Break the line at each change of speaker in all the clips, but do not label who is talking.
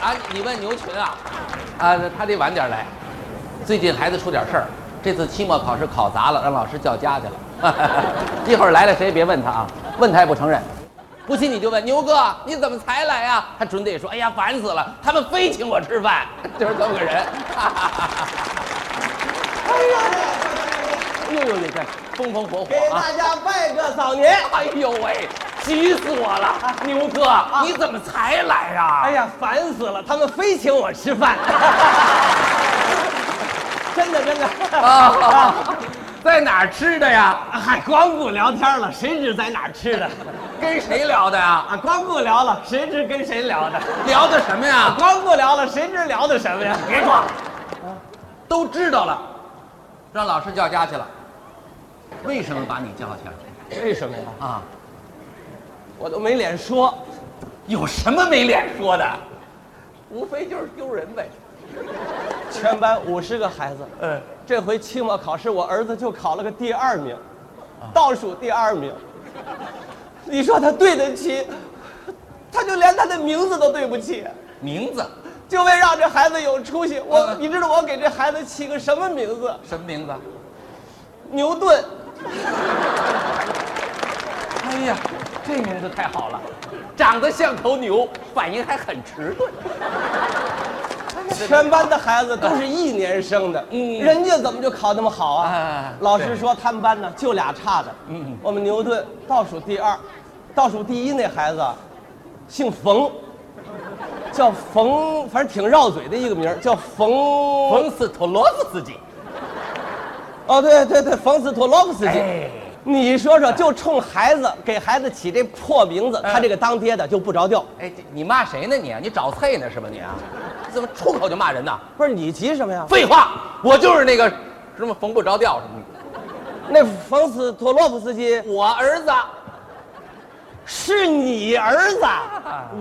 啊，你问牛群啊，啊，他得晚点来，最近孩子出点事儿，这次期末考试考砸了，让老师叫家去了。 一会儿来了谁也别问他啊，问他也不承认。不信你就问牛哥，你怎么才来呀、他准得说，哎呀，烦死了，他们非请我吃饭，就是这么个人。 哎呦，呦呦，你看风风火
给
火啊！
大家拜个早年。
哎呦喂，急死我了！牛哥，你怎么才来啊呀、
哎呀，烦死了，他们非请我吃饭。 真的真的
啊， 在哪儿吃的呀？
嗨，光顾聊天了，谁知在哪儿吃的？
跟谁聊的呀？
啊，光顾聊了，谁知跟谁聊的？
聊的什么呀？
光顾聊了，谁知聊的什么呀？
别装，都知道了，让老师叫家去了。为什么把你叫去了
为什么呀？
啊？
我都没脸说，
有什么没脸说的？无非就是丢人呗。
全班五十个孩子，
嗯，
这回期末考试，我儿子就考了个第二名，倒数第二名。你说他对得起，他就连他的名字都对不起，
名字
就为让这孩子有出息。我，
嗯
你知道我给这孩子起个什么名字？
什么名字？
牛顿。
哎呀，这名字太好了，长得像头牛，反应还很迟钝。
全班的孩子都是一年生的，
嗯
人家怎么就考那么好啊
哎？
老师说他们班呢就俩差的，
嗯
我们牛顿倒数第二，倒数第一那孩子啊姓冯，叫冯，反正挺绕嘴的一个名儿叫冯
冯斯托洛夫斯基，
哦，对对对，冯斯托洛夫斯基。
哎
你说说，就冲孩子给孩子起这破名字，他这个当爹的就不着调。
哎，这你骂谁呢你？啊你找菜呢是吧你啊？怎么出口就骂人呢？
不是你急什么呀？
废话，我就是那个什么缝不着调什么的。
那冯斯托洛夫斯基
我儿子，
是你儿子，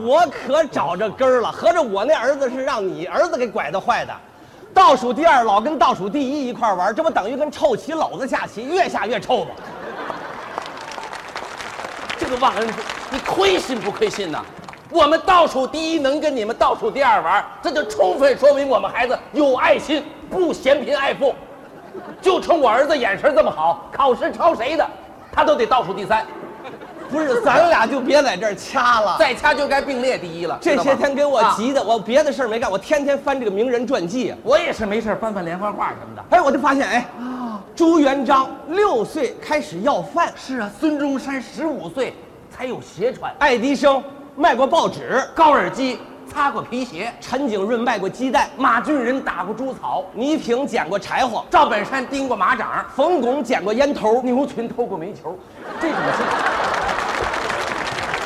我可找着根儿了。合着我那儿子是让你儿子给拐的坏的，倒数第二老跟倒数第一一块儿玩儿，这不等于跟臭棋篓子下棋，越下越臭吗？
这个忘恩负，你亏心不亏心呐？我们倒数第一能跟你们倒数第二玩，这就充分说明我们孩子有爱心，不嫌贫爱富。就冲我儿子眼神这么好，考试抄谁的，他都得倒数第三，
不是，咱俩就别在这儿掐了。
再掐就该并列第一了。
这些天给我
急，
急的，我别的事儿没干，我天天翻这个名人传记啊。
我也是没事翻翻连环画什么的。
哎，我就发现，哎，朱元璋六岁开始要饭，
是啊，孙中山十五岁才有鞋穿，
爱迪生卖过报纸，
高尔基擦过皮鞋，
陈景润卖过鸡蛋，
马俊仁打过猪草，
倪萍捡过柴火，
赵本山钉过马掌，
冯巩捡过烟头。
牛群偷过煤球，这种事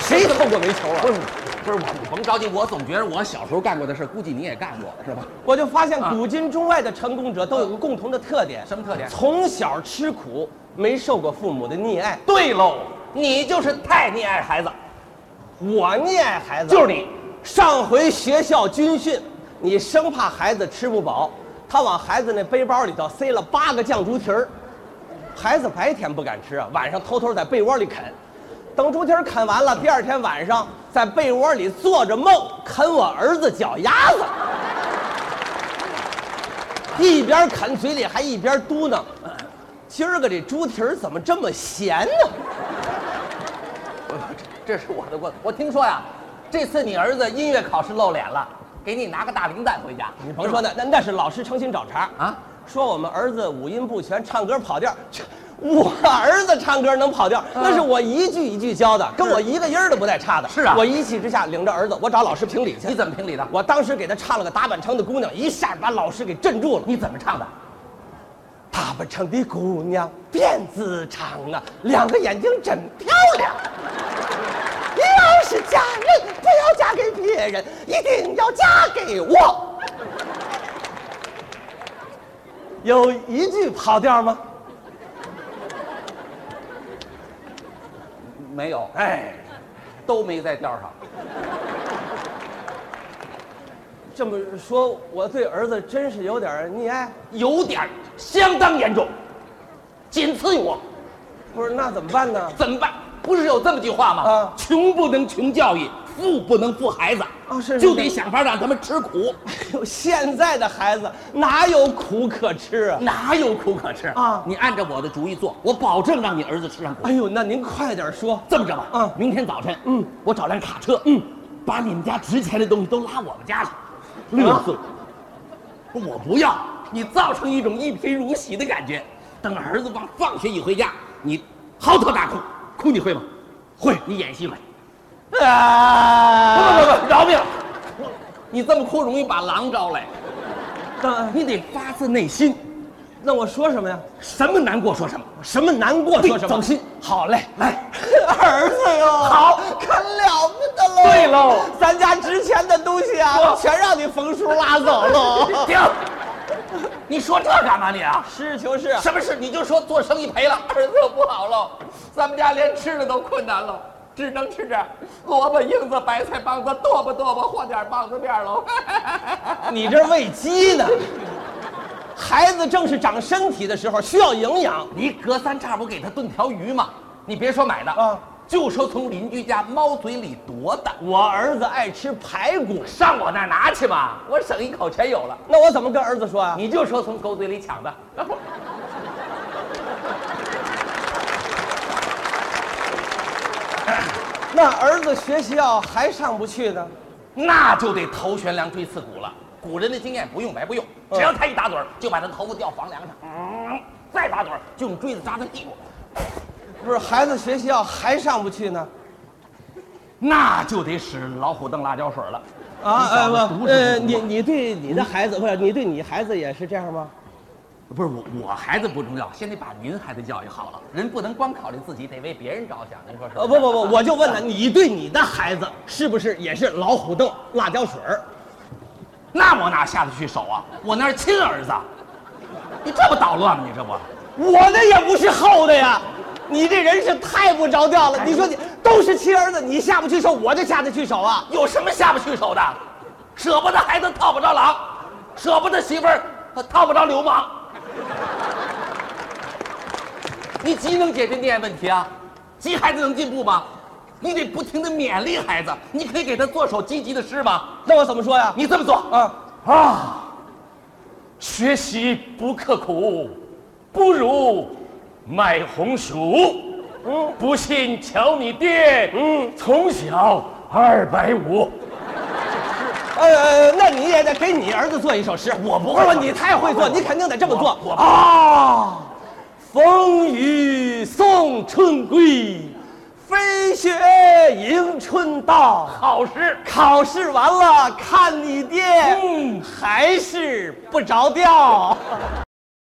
谁偷过煤球啊？
不是不是我，你甭着急，我总觉得我小时候干过的事，估计你也干过，是吧？
我就发现古今中外的成功者都有个共同的特点，
啊什么特点
从小吃苦，没受过父母的溺爱。
对喽，你就是太溺爱孩子，
我溺爱孩子，
就是你。
上回学校军训，你生怕孩子吃不饱，他往孩子那背包里头塞了八个酱猪蹄儿，孩子白天不敢吃啊，晚上偷偷在被窝里啃。等猪蹄儿啃完了，第二天晚上在被窝里做着梦，啃我儿子脚丫子，一边啃嘴里还一边嘟囔：“ 今儿个这猪蹄儿怎么这么咸呢？”
这是我的过错。我听说呀，这次你儿子音乐考试露脸了，给你拿个大零蛋回家。
你甭说那那那是老师诚心找茬
啊
啊！说我们儿子五音不全，唱歌跑调。切 我儿子唱歌能跑调，那是我一句一句教的，跟我一个音儿都不带差的。
是啊
我一气之下领着儿子，我找老师评理
你
去。
怎么评理的？
我当时给他唱了个打板城的姑娘，一下把老师给镇住了。
你怎么唱的？
打扮成的姑娘辫子长啊，两个眼睛真漂亮。你要是嫁人，不要嫁给别人，一定要嫁给我。有一句跑调吗？
没有，
哎，
都没在调上。
这么说，我对儿子真是有点儿溺爱。
有点儿相当严重，仅次于我，
不是，那怎么办呢？
怎么办？不是有这么句话吗？
啊
穷不能穷教育，富不能富孩子。
哦是是
就得想法让他们吃苦，
哎呦现在的孩子哪有苦可吃啊？
哪有苦可吃
啊
你按照我的主意做，我保证让你儿子吃上苦
哎。呦，那您快点说。
这么着吧，
嗯
明天早晨，嗯，我找辆卡车，嗯，把你们家值钱的东西都拉我们家
啊
来，乐色，我不要，你造成一种一贫如洗的感觉。等儿子放放学一回家，你嚎啕大哭，哭你会吗？会，你演戏会。
啊，
不不不，饶命！你这么哭容易把狼招来，
那
你得发自内心，
那我说什么呀？
什么难过说什么，
什么难过说什么？
走心。
好嘞，
来，
儿子哟，
好，
可了不得喽。
对喽，
咱家值钱的东西啊，
哦
全让你冯叔拉走喽。
停！你说这干嘛你啊？
实事求是，
什么事？你就说做生意赔了，儿子又不好喽，咱们家连吃的都困难喽，只能吃点萝卜缨子、白菜帮子，剁吧剁吧，和点棒子面喽。
你这喂鸡呢？孩子正是长身体的时候，需要营养。
你隔三差五给他炖条鱼嘛，你别说买的
啊
啊，就说从邻居家猫嘴里夺的，
我儿子爱吃排骨，
上我那儿拿去嘛，我省一口全有了。
那我怎么跟儿子说啊？
你就说从狗嘴里抢的，
那儿子学校还上不去呢？
那就得头悬梁锥刺股了。古人的经验不用白不用，
嗯
只要他一打盹儿，就把他头发掉房梁上，嗯，再打盹儿就用锥子扎他屁股，
不是，孩子学校还上不去呢？
那就得使老虎凳辣椒水了。
啊，
你
呃
小子
不，
毒是
呃，
毒
你你对你的孩子，不是你对你孩子也是这样吗？
不是我，我孩子不重要，先得把您孩子教育好了。人不能光考虑自己，得为别人着想。您说是不
呃，
是？
不不不，我就问了，你对你的孩子是不是也是老虎凳辣椒水儿？
那我哪下得去手啊？我那是亲儿子，你这不捣乱吗？你这不，
我的也不是厚的呀，你这人是太不着调了。你说你都是亲儿子，你下不去手，我就下得去手啊？
有什么下不去手的？舍不得孩子套不着狼，舍不得媳妇儿呃套不着流氓。你急能解决念问题啊？急孩子能进步吗？你得不停的勉励孩子，你可以给他做首积极的诗吗？
那我怎么说呀？
你这么做，
啊，
啊，学习不刻苦，不如买红薯。嗯，不信瞧你爹。嗯，从小二百五。
呃，那你也得给你儿子做一首诗。
我不
不是
会
不是，你太会做，你肯定得这么做。
我我
啊，风雨送春归，飞雪迎春到。
好诗。
考试完了看你爹，嗯，还是不着调。